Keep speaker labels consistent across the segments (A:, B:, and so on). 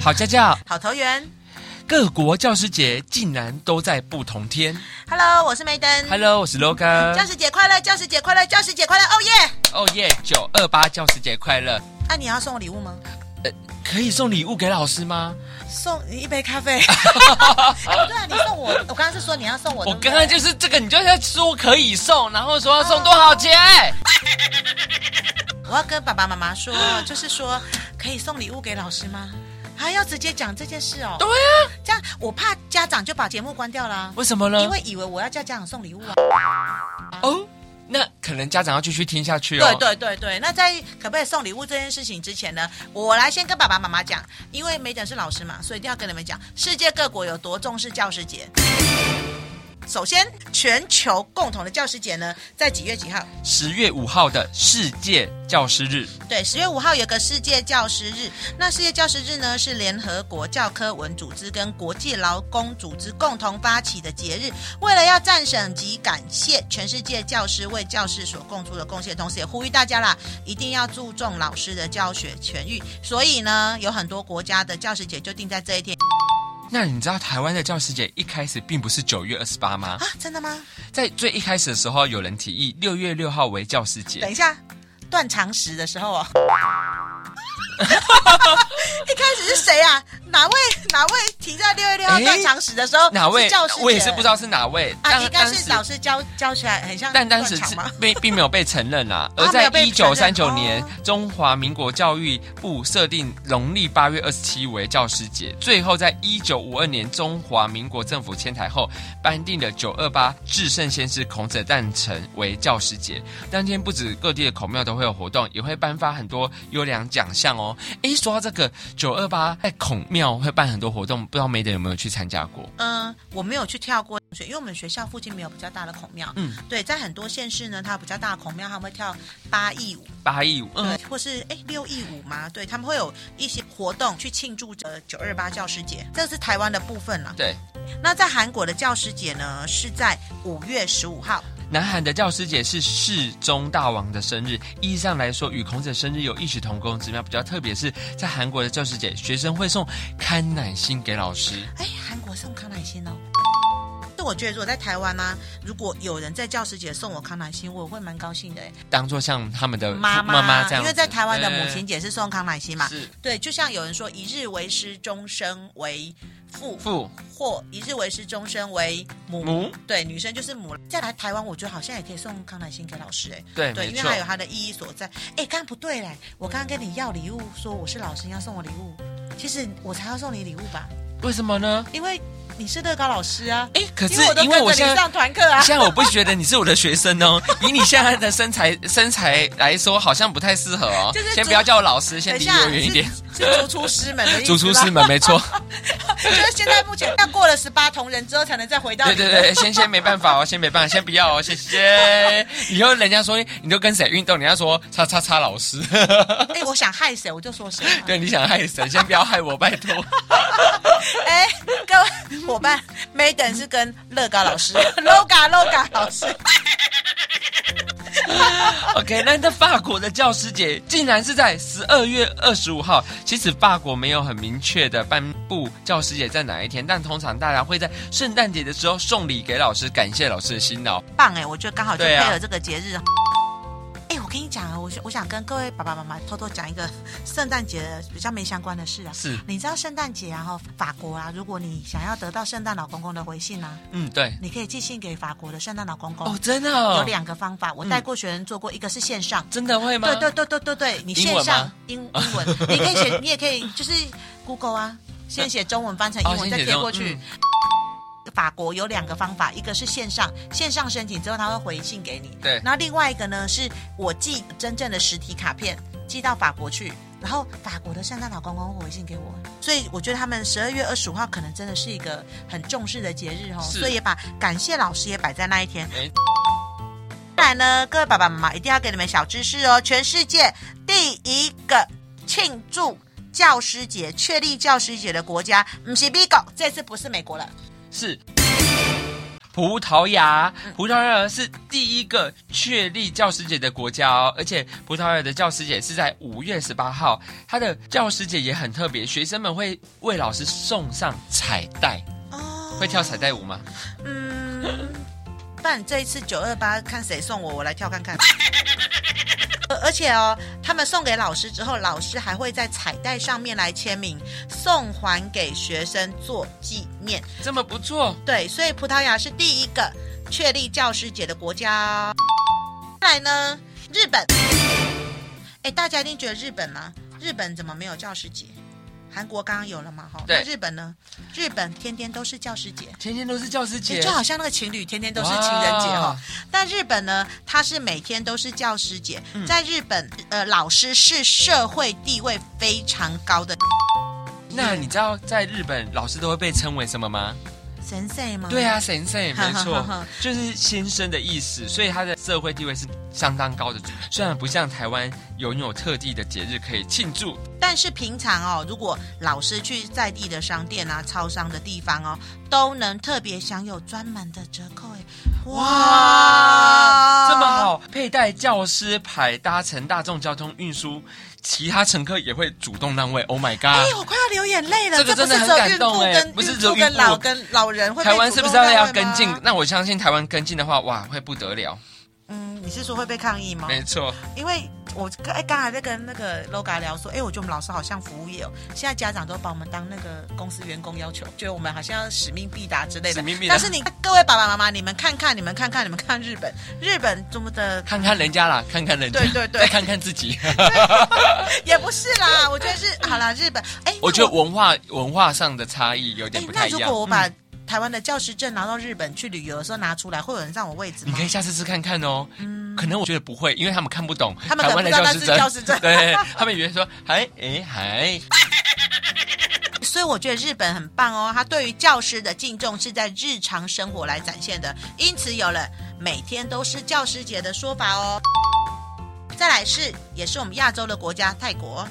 A: 好家教，
B: 好投缘。
A: 各国教师节竟然都在不同天。
B: Hello，我是梅登。
A: Hello，我是 Logan。
B: 教师节快乐，教师节快乐，教师节快乐！哦耶！
A: 哦耶，九二八教师节快乐！
B: 那啊你要送我礼物吗？
A: 呃，可以送礼物给老师吗？
B: 送你一杯 咖啡。哎，不对啊，你送我，我刚刚是说你要送我。
A: 我刚刚就是这个，你就要说可以送，然后说要送多少钱？
B: 哎我要跟爸爸妈妈说，就是说可以送礼物给老师吗？还要直接讲这件事哦。
A: 对啊，
B: 这样我怕家长就把节目关掉啦，
A: 为什么呢
B: 因？为以为我要叫家长送礼物啊。
A: 哦，那可能家长要继续听下去哦。
B: 对对对对，那在可不可以送礼物这件事情之前呢，我来先跟爸爸妈妈讲，因为梅等是老师嘛，所以一定要跟你们讲，世界各国有多重视教师节。首先，全球共同的教师节呢，在几月几号？
A: 十月五号的世界教师日，
B: 对，十月五号有个世界教师日。那世界教师日呢，是联合国教科文组织跟国际劳工组织共同发起的节日，为了要赞赏及感谢全世界教师为教师所供出的贡献，同时也呼吁大家啦，一定要注重老师的教学权益。所以呢，有很多国家的教师节就定在这一天
A: 那你知道台湾的教师节一开始并不是九月二十八吗
B: 啊？？真的吗？
A: 在最一开始的时候，有人提议六月六号为教师
B: 等
A: 节。
B: 一下，断肠时的时候 哦。一开始是谁啊？哪位哪位停在六月六号
A: 诶
B: 断肠时的时候？
A: 哪位
B: 是教师？
A: 我也是不知
B: 道
A: 道是哪位。
B: 啊，
A: 但
B: 应该
A: 当时
B: 是老师教教起来很像
A: 但
B: 断
A: 当时
B: 肠
A: 是
B: 吗？
A: 并并没有被承认 啊。而
B: 啊没
A: 在
B: 有被
A: 一九三
B: 承
A: 九
B: 认
A: 年
B: 哦，
A: 中华民国教育部设定农历八月二十七为教师节。最后，在一九五二年中华民国政府迁台后，颁定了九二八至圣先师孔子诞辰为教师节。当天不止各地的孔庙都会有活动，也会颁发很多优良奖项哦。诶，说到这个九二八，在孔庙会办很多活动，不知道梅德有没有去参加过？
B: 嗯、我没有去跳过水，因为我们学校附近没有比较大的孔庙。
A: 嗯，
B: 对，在很多县市呢，它有比较大的孔庙，他们会跳八义舞，
A: 八一五，嗯
B: 对，，或是哎六义舞嘛，对他们会有一些活动去庆祝呃九二八教师节，这是台湾的部分啦。
A: 对。
B: 那在韩国的教师节呢，是在五月十五号。
A: 南韩的教师节是世宗大王的生日，意义上来说与孔子的生日有异曲同工之妙。比较特别是在韩国的教师节，学生会送康乃馨给老师。
B: 哎，韩国送康乃馨哦。就我觉得，如果在台湾呢、啊如果有人在教师节送我康乃馨，我会蛮高兴的哎。
A: 当做像他们的
B: 妈
A: 呃妈妈这样子，
B: 因为在台湾的母亲
A: 节
B: 节是送康乃馨嘛。
A: 是
B: 对，就像有人说“一日为师，终身为父”，
A: 父
B: 或“一日为师，终身为母”
A: 母，
B: 对，女生就是母。再来台湾，我觉得好像也可以送康乃馨给老师哎。
A: 对，
B: 对，
A: 没
B: 因为
A: 错
B: 它。有它的意义所在。哎，刚刚不对嘞，我刚刚跟你要礼物，说我是老师，你要送我礼物，其实我才要送你礼物吧，
A: 为什么呢？
B: 因为你是乐高老师啊。
A: 哎，可是
B: 因为我都
A: 因为
B: 跟
A: 我
B: 着
A: 现
B: 你
A: 在。
B: 上团课啊。
A: 现在我不觉得你是我的学生哦，以你现在的身材身材来说，好像不太适合哦。
B: 就是
A: 先不
B: 主
A: 要叫我老师，
B: 等
A: 先
B: 一
A: 离
B: 下，
A: 我远一点。
B: 是是逐出师门 的意思
A: 主
B: 吗
A: 厨师，们，没错，
B: 就是现在目前要过了十八同人之后，才能再回到
A: 对对对，先先没办法 哦，先没办法，先不要哦，谢谢。以后人家说你都跟谁运动，人家说叉叉叉老师，
B: 哎、我想害谁我就说谁、啊。
A: 对，你想害谁？先不要害我，拜 托。
B: 哎、各位伙伴，Maiden 是跟乐高老师，Loga Loga 老师，
A: OK，那那法国的教师节竟然是在十二月二十五号。其实法国没有很明确的颁布教师节在哪一天，但通常大家会在圣诞节的时候送礼给老师，感谢老师的辛劳。
B: 棒哎、我觉得刚好就
A: 对
B: 配
A: 啊
B: 合这个节日。哎、我跟你讲啊，我想我想跟各位爸爸妈妈偷偷讲一个 圣诞节比较没相关的事啊。
A: 是，
B: 你知道圣诞节啊，哈，法国啊，如果你想要得到圣诞老公公的回信啊，
A: 嗯，对。
B: 你可以寄信给法国的圣诞老公公。
A: 哦，真的、哦，
B: 有两个方法，我带过学生做过，一个是线上，
A: 真的会吗？
B: 对对对对对对，你
A: 英文
B: 线上
A: 吗
B: 英英文，你可以写，你也可以就是 Google 啊，先写中文翻成英
A: 哦先
B: 文再
A: 写
B: 贴
A: 中
B: 过去
A: 嗯。
B: 法国有两个方法，一个是线上，线上申请之后他会回信给你，
A: 对
B: 然后另外一个呢是我寄真正的实体卡片寄到法国去。然后法国的圣诞老公公会回信给我，所以我觉得他们十二月二十五号可能真的是一个很重视的节日哦，
A: 是
B: 所以也把感谢老师也摆在那一天。
A: 没
B: 当然呢，各位爸爸妈妈一定要给你们小知识哦，全世界第一个庆祝。教师节确立教师节的国家，不是 Bigo，这次不是美国了。
A: 是。葡萄牙，葡萄牙是第一个确立教师节的国家哦，而且葡萄牙的教师节是在五月十八号，它的教师节也很特别，学生们会为老师送上彩带，
B: 哦，
A: 会跳彩带舞吗？
B: 嗯，不然这一次九二八看谁送我，我来跳看 看。呃而且哦，他们送给老师之后，老师还会在彩带上面来签名，送还给学生做纪念。
A: 这么不错，
B: 对，所以葡萄牙是第一个确立教师节的国家哦。再来呢，日本。哎，大家一定觉得日本啊，日本怎么没有教师节？韩国刚刚有了嘛，哈。
A: 对
B: 那日本呢？日本天天都是教师节。
A: 天天都是教师
B: 诶
A: 节
B: 哎就，好像那个情侣天天都是情人节哈
A: 哇，
B: 但日本呢，它是每天都是教师节。
A: 嗯
B: 在日本，呃，老师是社会地位非常高的
A: 那你知道在日本老师都会被称为什么吗？
B: 神社吗？
A: 对啊，神社没
B: 嗯 哈哈
A: 错
B: 哈哈，
A: 就是先生的意思，所以他的社会地位是相当高的。虽然不像台湾拥有特地的节日可以庆祝，
B: 但是平常哦，如果老师去在地的商店啊、超商的地方哦，都能特别享有专门的折扣哎。啊
A: 哇，这么，好，啊佩戴教师牌搭乘大众交通运输，其他乘客也会主动让位。Oh my
B: 哎
A: god！、
B: 我快要流眼泪了。
A: 这个
B: 不
A: 真的
B: 是
A: 很
B: 只有
A: 感
B: 孕
A: 动
B: 妇
A: 哎
B: 跟
A: 不是
B: 孕
A: 只有
B: 妇
A: 孕
B: 跟
A: 妇
B: 老跟老人会被
A: 台湾
B: 主
A: 是不
B: 动
A: 是要
B: 让
A: 要
B: 位
A: 跟
B: 吗
A: 进？那我相信台湾跟进的话，哇，会不得了。
B: 嗯，你是说会被抗议吗？
A: 没错，
B: 因为我哎刚才在跟那个 LOGA 聊说，哎，我觉得我们老师好像服务业哦，现在家长都把我们当那个公司员工要求，觉得我们好像要使命必达之类的。
A: 使命必啊达
B: 但是你各位爸爸妈妈，你们看看，你们看看，你们看日本，日本多么的。
A: 看看人家啦，看看人家，
B: 对对 对
A: 再看看自己。
B: 也不是啦，我觉得是好啦，日本哎，那
A: 我觉得文化文化上的差异有点
B: 哎
A: 不，太
B: 那
A: 一
B: 如
A: 样
B: 果。我
A: 嗯
B: 把台湾的教师证拿到日本去旅游的时候拿出来，会有人让我位置
A: 你
B: 吗
A: 可？以下次试看看哦。可能我觉得不会，因为他们看不懂
B: 嗯他们可
A: 台
B: 能
A: 湾的
B: 不知道
A: 教
B: 那
A: 师
B: 是
A: 证，
B: 教 师证
A: 对他们以为说，哎哎嗨，
B: 所以我觉得日本很棒哦，他对于教师的敬重是在日常生活来展现的，因此有了每天都是教师节的说法哦。再来是，也是我们亚洲的国家泰国，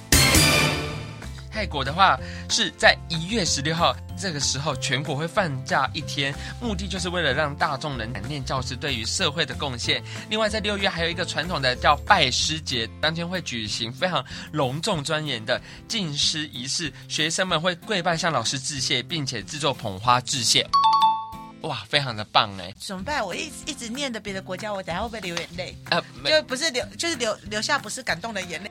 A: 泰国的话是在一月十六号这个时候，全国会放假一天，目的就是为了让大众能感念教师对于社会的贡献。另外，在六月还有一个传统的叫拜师节，当天会举行非常隆重庄严的敬师仪式，学生们会跪拜向老师致谢，并且制作捧花致谢。哇，非常的棒哎！
B: 怎么办？我一一直念的别的国家，我等下会不会流眼泪？
A: 呃，没
B: 就不是流，就是流流下不是感动的眼泪。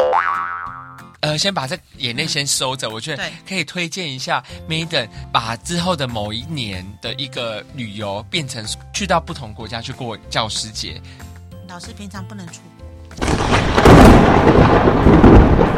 A: 呃，先把这眼泪先收着，我觉得
B: 对
A: 可以推荐一下 Maiden，把之后的某一年的一个旅游变成去到不同国家去过教师节。
B: 老师平常不能出国，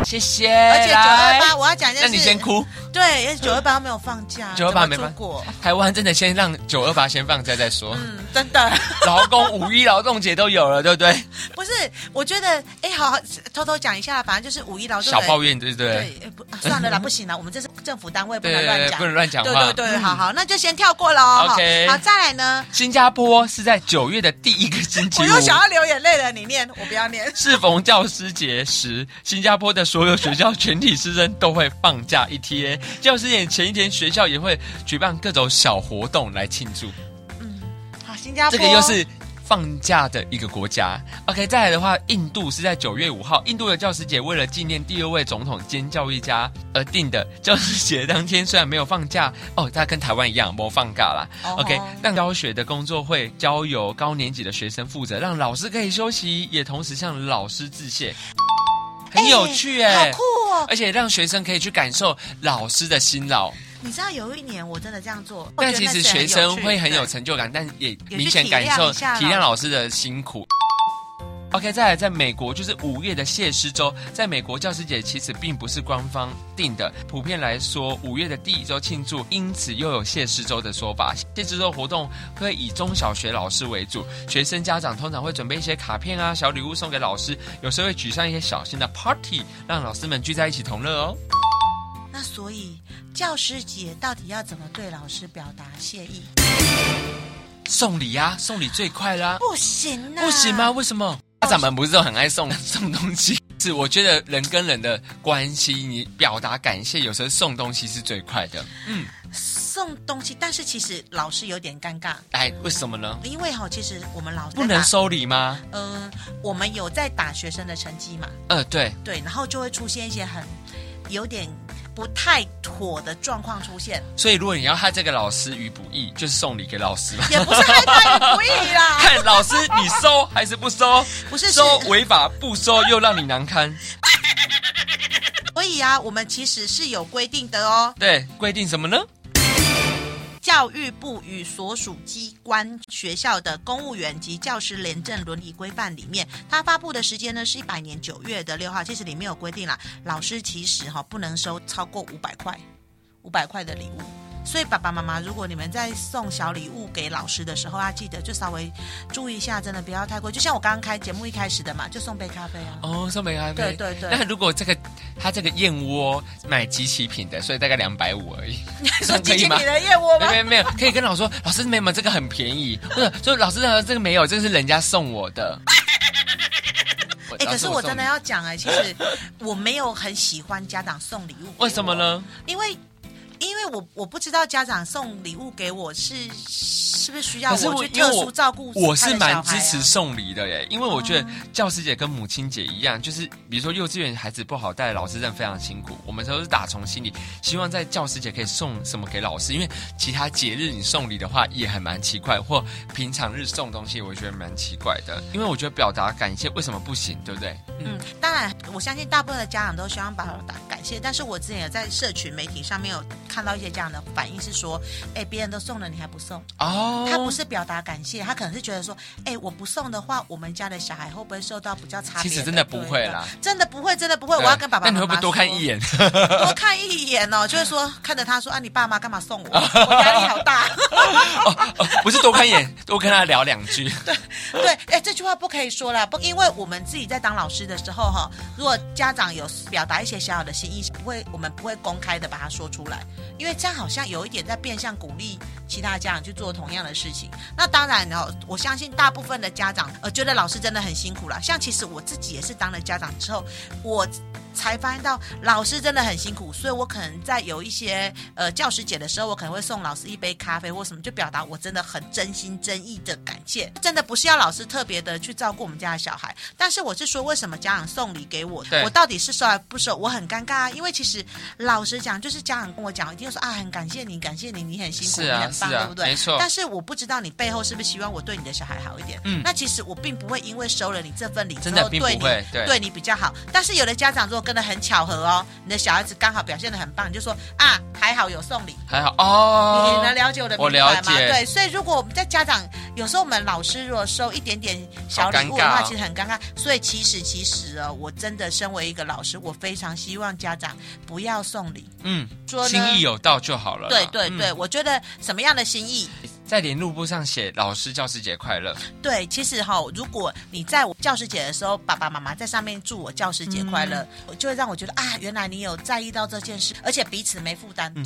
A: 谢谢，
B: 而且九二
A: 哎来
B: 八，我要讲一件
A: 那
B: 事，
A: 你先，哭。
B: 对，因为九二八没有放假，
A: 928
B: 怎么出国，
A: 台湾真的先让九二八先放假再说，
B: 嗯，真的。
A: 劳工五一劳动节都有了，对不对？
B: 不是，我觉得，哎，好好偷偷讲一下，反正就是五一劳动
A: 小
B: 人
A: 抱怨，对不对？
B: 对，哎不、啊算了啦，不行啦，我们这是政府单位，不能
A: 对
B: 乱
A: 对
B: 讲。
A: 不能乱讲
B: 对
A: 话。
B: 对对，好好，那就先跳过了哦。好
A: OK
B: 好，再来呢，
A: 新加坡是在九月的第一个星期
B: 我
A: 五。
B: 又想要流眼泪了，你念，我不要念。
A: 适逢教师节时，新加坡的所有学校全体师生都会放假一天。教师节前一天，学校也会举办各种小活动来庆祝。
B: 嗯好，新加坡
A: 这个又是放假的一个国家。OK，再来的话，印度是在九月五号，印度的教师节为了纪念第二位总统兼教育家而定的。教师节当天虽然没有放假，哦，它跟台湾一样没放假啦。
B: 哦
A: OK，但教学的工作会交由高年级的学生负责，让老师可以休息，也同时向老师致谢，很有趣哎、
B: 好酷哦！
A: 而且让学生可以去感受老师的辛劳，
B: 你知道有一年我真的这样做，我觉
A: 但
B: 得
A: 其实
B: 那是很
A: 学
B: 有
A: 生
B: 趣
A: 会很有
B: 对
A: 成就感，但也
B: 去
A: 明显
B: 体
A: 感
B: 谅
A: 受
B: 一下
A: 体谅老师的辛苦。OK，再来，在美国就是五月的谢师周，在美国教师节其实并不是官方定的，普遍来说，五月的第一周庆祝，因此又有谢师周的说法。谢师周活动会以中小学老师为主，学生家长通常会准备一些卡片啊、小礼物送给老师，有时候会举办一些小型的 party，让老师们聚在一起同乐哦。
B: 那所以教师节到底要怎么对老师表达谢意？
A: 送礼啊，送礼最快啦、
B: 不行啊，
A: 不行吗？？为什么？家长们不是都很爱送 送东西？是，我觉得人跟人的关系，你表达感谢，有时候送东西是最快的。
B: 送东西，但是其实老师有点尴尬，
A: 哎，为什么呢？
B: 因为哈、其实我们老师
A: 不能，收礼吗？
B: 嗯、我们有在打学生的成绩嘛，
A: 呃，对，
B: 对，然后就会出现一些很有点不太妥的状况出现，
A: 所以如果你要害这个老师于不义，就是送礼给老师 嘛。
B: 也不是害他于不义啦，
A: 看老师你收还是不收？
B: 不 是是
A: 收违法，不收又让你难堪。
B: 所以啊，我们其实是有规定的哦。
A: 对，规定什么呢？
B: 教育部与所属机关学校的公务员及教师廉政伦理规范里面，它发布的时间呢是一百年九月的六号。其实里面有规定啦，老师其实哈、不能收超过五百块，五百块的礼物。所以爸爸妈妈，如果你们在送小礼物给老师的时候，要啊记得就稍微注意一下，真的不要太贵。就像我刚刚开节目一开始的嘛，就送杯咖啡 啊。
A: 哦，送玫咖
B: 对
A: 啡。
B: 对对
A: 那如果这个他这个燕窝买集齐品的，所以大概两百五而 已。
B: 说
A: 可
B: 姐
A: 以
B: 姐
A: 吗
B: 你的燕窝吗
A: 没？有没有，可以跟老师说，老师没有这个很便宜，不是，就老师这个没有，这是人家送我的。
B: 哎、可是我
A: 老师
B: 真的要讲哎、其实我没有很喜欢家长送礼物。
A: 送你为什么？呢？
B: 因为因为我我不知道家长送礼物给我是是不是需要
A: 可是
B: 我
A: 我
B: 去
A: 因为
B: 特
A: 我
B: 殊照顾他的小孩啊、
A: 我是蛮支持送礼的耶，因为我觉得教师节跟母亲节一样，就是比如说幼稚园孩子不好带，老师真的非常辛苦。我们都是打从心里希望在教师节可以送什么给老师，因为其他节日你送礼的话也很蛮奇怪，或平常日送东西我觉得蛮奇怪的，因为我觉得表达感谢为什么不行，对不对？
B: 嗯，当然，我相信大部分的家长都希望把打感谢，但是我之前也在社群媒体上面有看到一些家长的反应是说，哎，别人都送了你还不送，
A: 哦，
B: 他不是表达感谢，他可能是觉得说，哎，我不送的话，我们家的小孩会不会受到比较差别？
A: 其实真的不会啦，
B: 真的不会，真的不会，
A: 对，
B: 我要跟爸爸妈妈
A: 那你会不会多看
B: 说
A: 一眼？
B: 多看一眼哦，就是说看着他说啊，你爸妈干嘛 送我？我压力好大。
A: 不是多看一 眼，多跟他聊两句。
B: 对，哎，这句话不可以说啦，不，因为我们自己在当老师的时候哈、如果家长有表达一些小小的心意，不会，我们不会公开的把它说出来，因为这样好像有一点在变相鼓励其他家长去做同样的事情。那当然哦，我相信大部分的家长呃觉得老师真的很辛苦啦，像其实我自己也是当了家长之后，我。才发现到老师真的很辛苦，所以我可能在有一些呃教师节的时候，我可能会送老师一杯咖啡或什么，就表达我真的很真心真意的感谢。真的不是要老师特别的去照顾我们家的小孩，但是我是说，为什么家长送礼给我
A: 对，
B: 我到底是收还不收？我很尴尬啊，因为其实老实讲，就是家长跟我讲，一定说啊，很感谢你，感谢你，你很辛苦，
A: 是啊
B: 你很棒，
A: 是啊
B: 对不对？
A: 没错
B: 但是我不知道你背后是不是希望我对你的小孩好一点。
A: 嗯
B: 那其实我并不会因为收了你这份礼之
A: 真
B: 后
A: 的
B: 对
A: 并
B: 你
A: 不会对
B: 对你比较好。但是有的家长如果跟的很巧合哦，你的小孩子刚好表现的很棒，你就说啊，还好有送礼。
A: 还好哦，
B: 你能了解我的
A: 我
B: 明白
A: 了
B: 吗？
A: 解
B: 对，所以如果我们在家长，有时候我们老师如果收一点点小礼物的
A: 好尴
B: 话，
A: 尬哦
B: 其实很尴尬。所以其实其实哦，我真的身为一个老师，我非常希望家长不要送礼，
A: 嗯，
B: 说呢
A: 心意有到就好了啦。
B: 对对对，
A: 嗯
B: 我觉得什么样的心意，
A: 在联络簿上写“老师教师节快乐
B: 对，其实哈、如果你在我教师节的时候，爸爸妈妈在上面祝我教师节快
A: 嗯
B: 乐，我就会让我觉得啊，原来你有在意到这件事，而且彼此没负担。
A: 嗯”，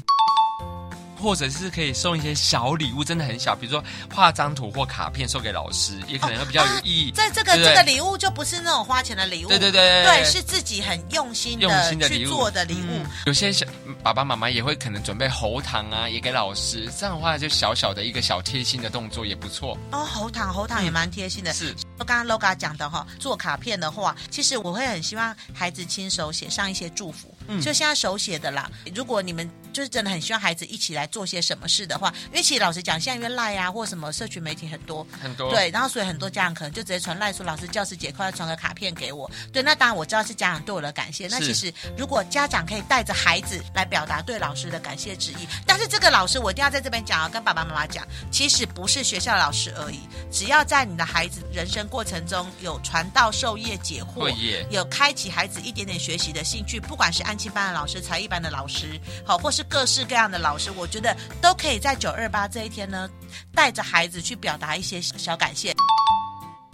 A: 或者是可以送一些小礼物，真的很小，比如说画张图或卡片送给老师，也可能会比较有意义。
B: 在这个
A: 对
B: 这个礼物就不是那种花钱的啊礼物，
A: 对对
B: 对
A: 对
B: 是自己很用心
A: 用
B: 的
A: 心的
B: 去
A: 礼物
B: 做的礼物。
A: 嗯有些小爸爸妈妈也会可能准备喉糖啊，也给老师。这样的话，就小小的一个小贴心的动作也不错。
B: 哦，喉糖
A: 嗯
B: 喉糖也蛮贴心的。
A: 是
B: 就刚刚 LOGA 讲的哈、做卡片的话，其实我会很希望孩子亲手写上一些祝福，
A: 嗯
B: 就现在手写的啦。如果你们就是真的很希望孩子一起来做些什么事的话，因为其实老实讲，现在因为赖啊或什么社群媒体很多，
A: 很多
B: 对，然后所以很多家长可能就直接传赖说老师教师节快乐，传个卡片给我。对，那当然我知道是家长对我的感谢。那
A: 是
B: 其实如果家长可以带着孩子来表达对老师的感谢之意，但是这个老师我一定要在这边讲啊，跟爸爸妈妈讲，其实不是学校老师而已，只要在你的孩子人生过程中有传道授业解惑
A: 会。耶。
B: 有开启孩子一点点学习的兴趣，不管是安亲班的老师、才艺班的老师，好，或是各式各样的老师，我觉得都可以在九二八这一天呢，带着孩子去表达一些小感谢。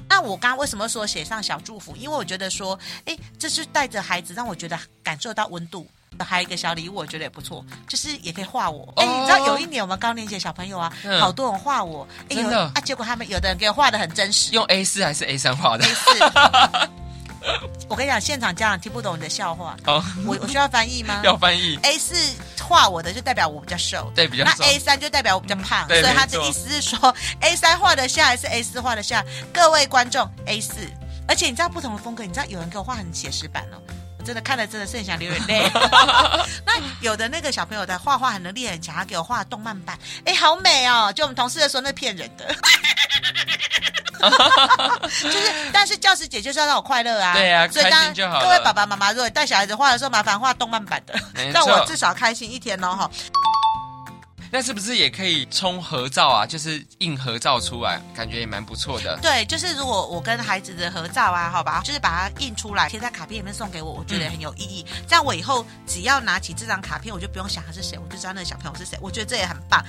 B: 那我刚刚为什么说写上小祝福？因为我觉得说，诶，这是带着孩子让我觉得感受到温度。还有一个小礼物，我觉得也不错，就是也可以画我。哎、
A: 哦
B: 你知道有一年我们高年级的小朋友啊，
A: 嗯
B: 好多人画我，哎
A: 真
B: 有
A: 的
B: 啊，结果他们有的人给我画的很真实，
A: 用 A 四还是 A 三画的？
B: 类似。我跟你讲，现场家长听不懂你的笑话，
A: 哦，
B: 我我需要翻译吗
A: 要翻译，
B: ？A 四画我的就代表我比较瘦，
A: 对，比较
B: 那
A: 少。
B: A 三就代表我比较胖，
A: 嗯对
B: 所以他
A: 没
B: 的
A: 错
B: 意思是说 A 三画得下还是 A 四画得下？各位观众，A 四，而且你知道不同的风格，你知道有人给我画很写实版哦。我真的看了真的是很想流眼 泪。那有的那个小朋友的画画很能力很强，他给我画动漫版，哎，好美哦！就我们同事就说那骗人 的，就是但是教师节就是要让我快乐啊，
A: 对啊
B: 所以当
A: 开心就好了
B: 各位爸爸妈妈如果带小孩子画的时候，麻烦画动漫版的，
A: 没
B: 让我
A: 错
B: 至少开心一天哦哈。
A: 那是不是也可以冲合照啊？就是印合照出来，感觉也蛮不错的。
B: 对，就是如果我跟孩子的合照啊，好吧，就是把它印出来贴在卡片里面送给我，我觉得很有意义。这样我以后只要拿起这张卡片，我就不用想他是谁，我就知道那个小朋友是谁。我觉得这也很棒。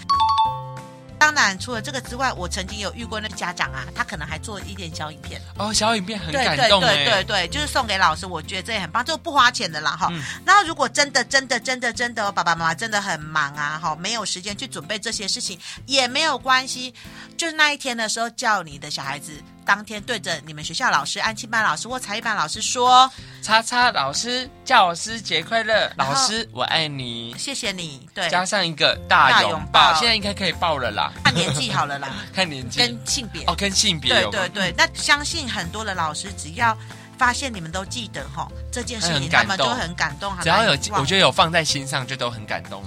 B: 当然，除了这个之外，我曾经有遇过那个家长啊，他可能还做一点小影片，
A: 哦，小影片很
B: 对
A: 感
B: 对
A: 动
B: 对
A: 哎
B: 对，对，就是送给老师，我觉得这也很棒，就不花钱的啦哈。
A: 嗯
B: 然后如果真的真的真的真的，爸爸妈妈真的很忙啊哈，没有时间去准备这些事情也没有关系，就是那一天的时候叫你的小孩子。当天对着你们学校老师、安庆班老师或才艺班老师说
A: 叉叉老师，教师节快乐，
B: 然后
A: 老师我爱你，
B: 谢谢你，对，
A: 加上一个大
B: 大拥
A: 拥
B: 抱
A: 抱，现在应该可以抱了啦，
B: 按年纪好了啦，
A: 看年纪
B: 跟性别，
A: 哦，跟性别
B: 对
A: 有
B: 对
A: 关。
B: 对。那相信很多的老师只要发现你们都记得哈这件事
A: 会很
B: 情，他
A: 感
B: 们就
A: 动
B: 很感动，还
A: 只要
B: 蛮
A: 有，
B: 忘
A: 我觉得有放在心上，就都很感动。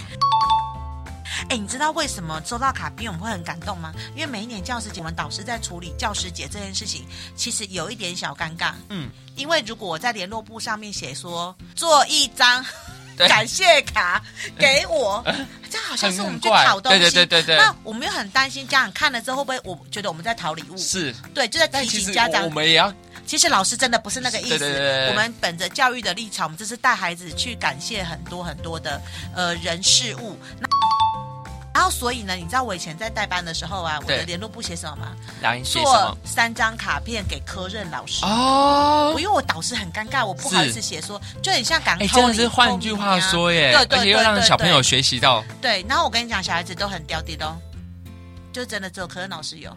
B: 哎，你知道为什么收到卡片我们会很感动吗？因为每一年教师节，我们导师在处理教师节这件事情，其实有一点小尴尬。
A: 嗯，
B: 因为如果我在联络簿上面写说做一张
A: 对
B: 感谢 卡给我，这好像是我们
A: 很
B: 去
A: 怪
B: 讨，东
A: 对
B: 西。
A: 对对对对，
B: 那我们又很担心家长看了之后会不会，我觉得我们在讨礼物，
A: 是。
B: 对，就在
A: 但
B: 嗯提
A: 其
B: 醒
A: 实
B: 家
A: 我
B: 长
A: 我。们也要
B: 其实老师真的不是那个意
A: 对
B: 思。
A: 对对对
B: 我们本着教育的立场，我们这是带孩子去感谢很多很多的呃人事物。那然后，所以呢，你知道我以前在代班的时候啊，我的
A: 对
B: 联络部写什么吗？
A: 来写什
B: 做
A: 么？
B: 三张卡片给科任老师。
A: 哦
B: 我，因为我导师很尴尬，我不好意思写说，就很像港
A: 哎，
B: 口
A: 真的
B: 里
A: 是换句话说耶，
B: 对对
A: 而且又
B: 对
A: 让
B: 对
A: 小朋友
B: 对
A: 学习到，
B: 对。然后我跟你讲，小孩子都很掉地喽，就真的只有科任老师有，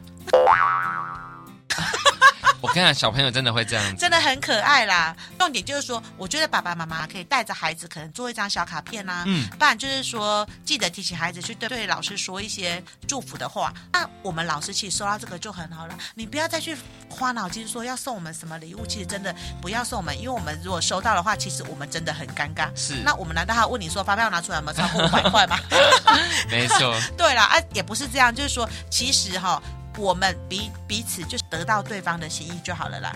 A: 我跟你讲，小朋友真的会这 样子。
B: 真的很可爱啦。重点就是说，我觉得爸爸妈妈可以带着孩子，可能做一张小卡片啦、
A: 嗯，
B: 不然就是说，记得提醒孩子去对对老师说一些祝福的话。那我们老师其实收到这个就很好了，你不要再去花脑筋说要送我们什么礼物，其实真的不要送我们，因为我们如果收到的话，其实我们真的很尴尬。
A: 是，
B: 那我们难道还要问你说发票拿出来有没有超过五百块吗？
A: 没 错，
B: 对啦，啊，也不是这样，就是说，其实哈、我们彼彼此就是得到对方的心意就好了啦。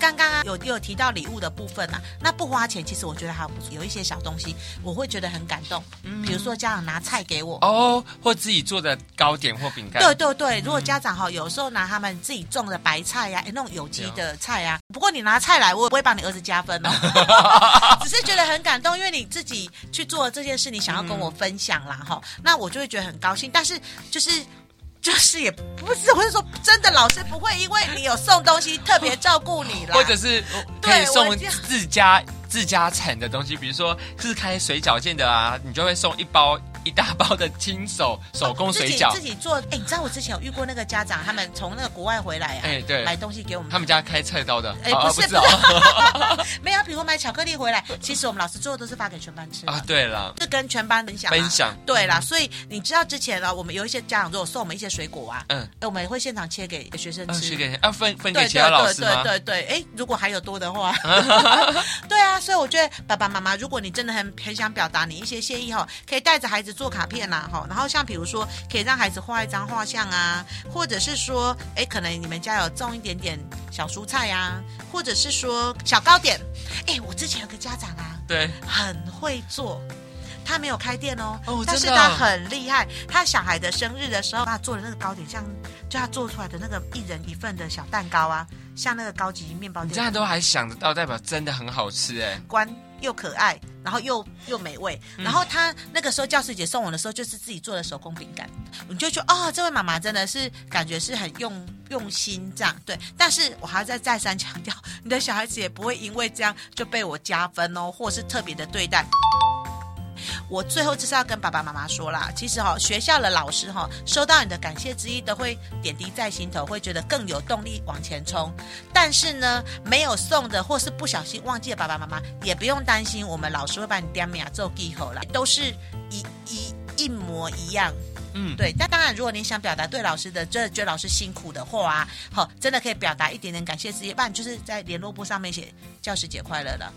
B: 刚刚啊，有有提到礼物的部分啊，那不花钱，其实我觉得还不错，有一些小东西我会觉得很感动，嗯比如说家长拿菜给我。
A: 哦，或自己做的糕点或饼干，嗯
B: 对对对，如果家长哈、有时候拿他们自己种的白菜呀、诶哎那种有机的菜呀、不过你拿菜来，我也不会帮你儿子加分 哦，只是觉得很感动，因为你自己去做了这件事，你想要跟我分享
A: 嗯
B: 啦哈、那我就会觉得很高兴。但是就是就是也不是，我是说真的，老师不会因为你有送东西特别照顾你啦，
A: 或者是
B: 对
A: 可以
B: 我
A: 送
B: 这样
A: 自家自家产的东西，比如说是开水饺店的啊，你就会送一包一大包的亲手手工
B: 哦自
A: 水
B: 己
A: 饺
B: 自，己做。哎、你知道我之前有遇过那个家长，他们从那个国外回来啊，
A: 哎对
B: 买东西给我们
A: 他们家开菜刀的，
B: 哎
A: 哦
B: 不
A: 不
B: 是
A: 知 道
B: 没有，比如买巧克力回来，其实我们老师做的都是发给全班吃的，
A: 啊，对了，
B: 是跟全班分享、
A: 分。享，
B: 对啦，所以你知道之前呢，我们有一些家长如果送我们一些水果啊，
A: 嗯，
B: 哎我们会现场切给学生
A: 啊
B: 吃。
A: 是给啊分分
B: 对
A: 给
B: 对
A: 其他老
B: 对
A: 师吗？
B: 对对对，哎，如果还有多的 话，对啊，所以我觉得爸爸妈妈，如果你真的很很想表达你一些谢意哈、可以带着孩子做卡片啦、哈、然后像比如说可以让孩子画一张画像啊，或者是说，哎，可能你们家有种一点点小蔬菜啊，或者是说小糕点，哎，我之前有个家长啊，
A: 对，
B: 很会做。他没有开店哦，
A: 哦
B: 但是
A: 真的啊
B: 他很厉害。他小孩的生日的时候，他做的那个糕点，像就他做出来的那个一人一份的小蛋糕啊，像那个高级面包
A: 你这样
B: 店，
A: 都还想得到，代表真的很好吃哎，
B: 关又可爱，然后又又美味。然后他那个时候教师节送我的时候，就是自己做的手工饼干，你就觉得哦，这位妈妈真的是感觉是很用用心这样对。但是我还要再再三强调，你的小孩子也不会因为这样就被我加分哦，或是特别的对待。我最后就是要跟爸爸妈妈说啦，其实哈、哦，学校的老师哈、哦，收到你的感谢之意都会点滴在心头，会觉得更有动力往前冲。但是呢，没有送的或是不小心忘记了爸爸妈妈，也不用担心，我们老师会把你点名啊做记号啦，都是一一一模一样。
A: 嗯，
B: 对，那当然，如果您想表达对老师的，真的觉得老师辛苦的话啊，好、真的可以表达一点点感谢之意，不然就是在联络簿上面写“教师节快乐”了。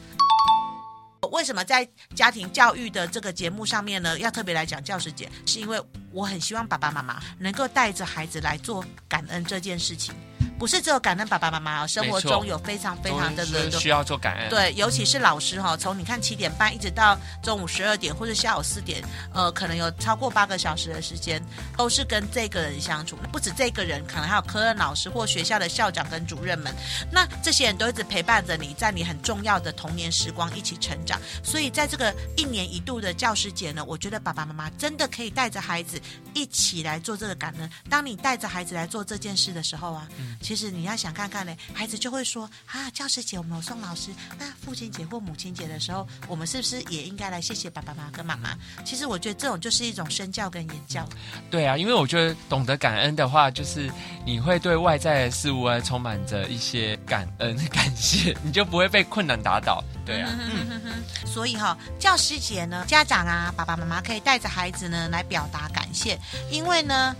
B: 为什么在家庭教育的这个节目上面呢，要特别来讲教师节？是因为我很希望爸爸妈妈能够带着孩子来做感恩这件事情，不是只有感恩爸爸妈妈哦，生活
A: 没错
B: 中有非常非常的人
A: 都是需要做感恩。，
B: 对，尤其是老师哈、从你看七点半一直到中午十二点或者下午四点，呃，可能有超过八个小时的时间都是跟这个人相处。不止这个人，可能还有科任老师或学校的校长跟主任们。那这些人都一直陪伴着你，在你很重要的童年时光一起成长。所以在这个一年一度的教师节呢，我觉得爸爸妈妈真的可以带着孩子一起来做这个感恩。当你带着孩子来做这件事的时候啊，其实你要想看看呢，孩子就会说啊，教师节我们有送老师，那父亲节或母亲节的时候，我们是不是也应该来谢谢爸爸妈妈跟妈妈？其实我觉得这种就是一种身教跟言教。
A: 对啊，因为我觉得懂得感恩的话，就是你会对外在的事物啊充满着一些感恩、 感谢，你就不会被困难打倒。对啊，嗯，
B: 所以哈、教师节呢，家长啊，爸爸妈妈可以带着孩子呢来表达感谢，因为呢，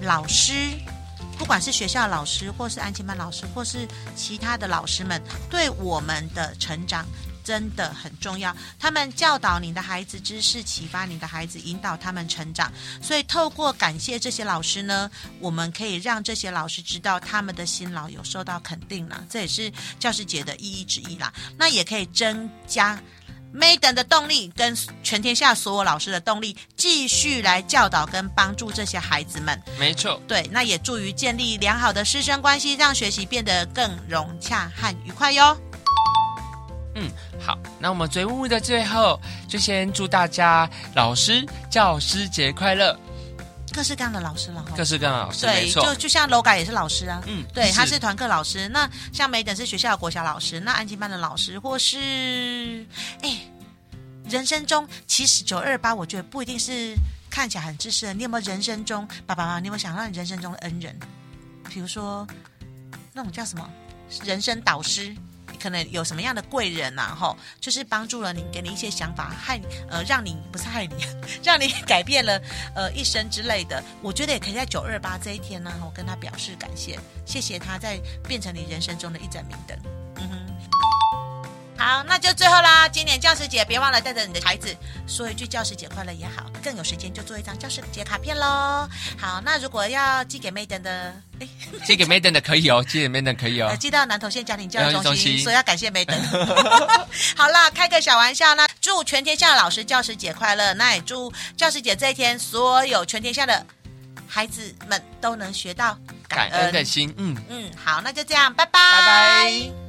B: 老师。不管是学校老师，或是安亲班老师，或是其他的老师们，对我们的成长真的很重要。他们教导你的孩子知识，启发你的孩子，引导他们成长。所以，透过感谢这些老师呢，我们可以让这些老师知道他们的辛劳有受到肯定了，这也是教师节的意义之一啦。那也可以增加 Maiden 的动力跟全天下所有老师的动力，继续来教导跟帮助这些孩子们。
A: 没错，
B: 对，那也助于建立良好的师生关系，让学习变得更融洽和愉快哟。
A: 嗯，好，那我们节目的最后就先祝大家老师教师节快乐，
B: 各式各样的老师了哈
A: 各。式各样的老师，没
B: 对，
A: 错
B: 就，就像 Loga 也是老师啊，
A: 嗯
B: 对，他
A: 是
B: 是团课老师。那像梅等是学校的国小老师，那安静班的老师，或是哎，人生中其实九二八，我觉得不一定是看起来很知识的。你有没有人生中爸爸妈妈？你有没有想到你人生中的呃恩人？比如说那种叫什么人生导师，可能有什么样的贵人啊？吼，就是帮助了你，给你一些想法，害你呃，让你不是害你， 让你改变了呃一生 之类的。我觉得也可以在九二八这一天呢、我跟他表示感谢，谢谢他在变成你人生中的一盏明灯。嗯哼。好，那就最后啦。今年教师节，别忘了带着你的孩子说一句教师节快乐也好，更有时间就做一张教师节卡片喽。好，那如果要寄给 Maiden 的，哎，
A: 寄给 Maiden 的可以哦，寄给 Maiden 可以哦
B: 呃，，寄到南投县家庭教
A: 哎
B: 育中
A: 教育中
B: 心，
A: 心
B: 所以要感谢梅登。好啦，开个小玩笑呢，祝全天下的老师教师节快乐，那也祝教师节这一天，所有全天下的孩子们都能学到
A: 感恩的心，嗯。
B: 嗯，好，那就这样，拜拜，
A: 拜拜。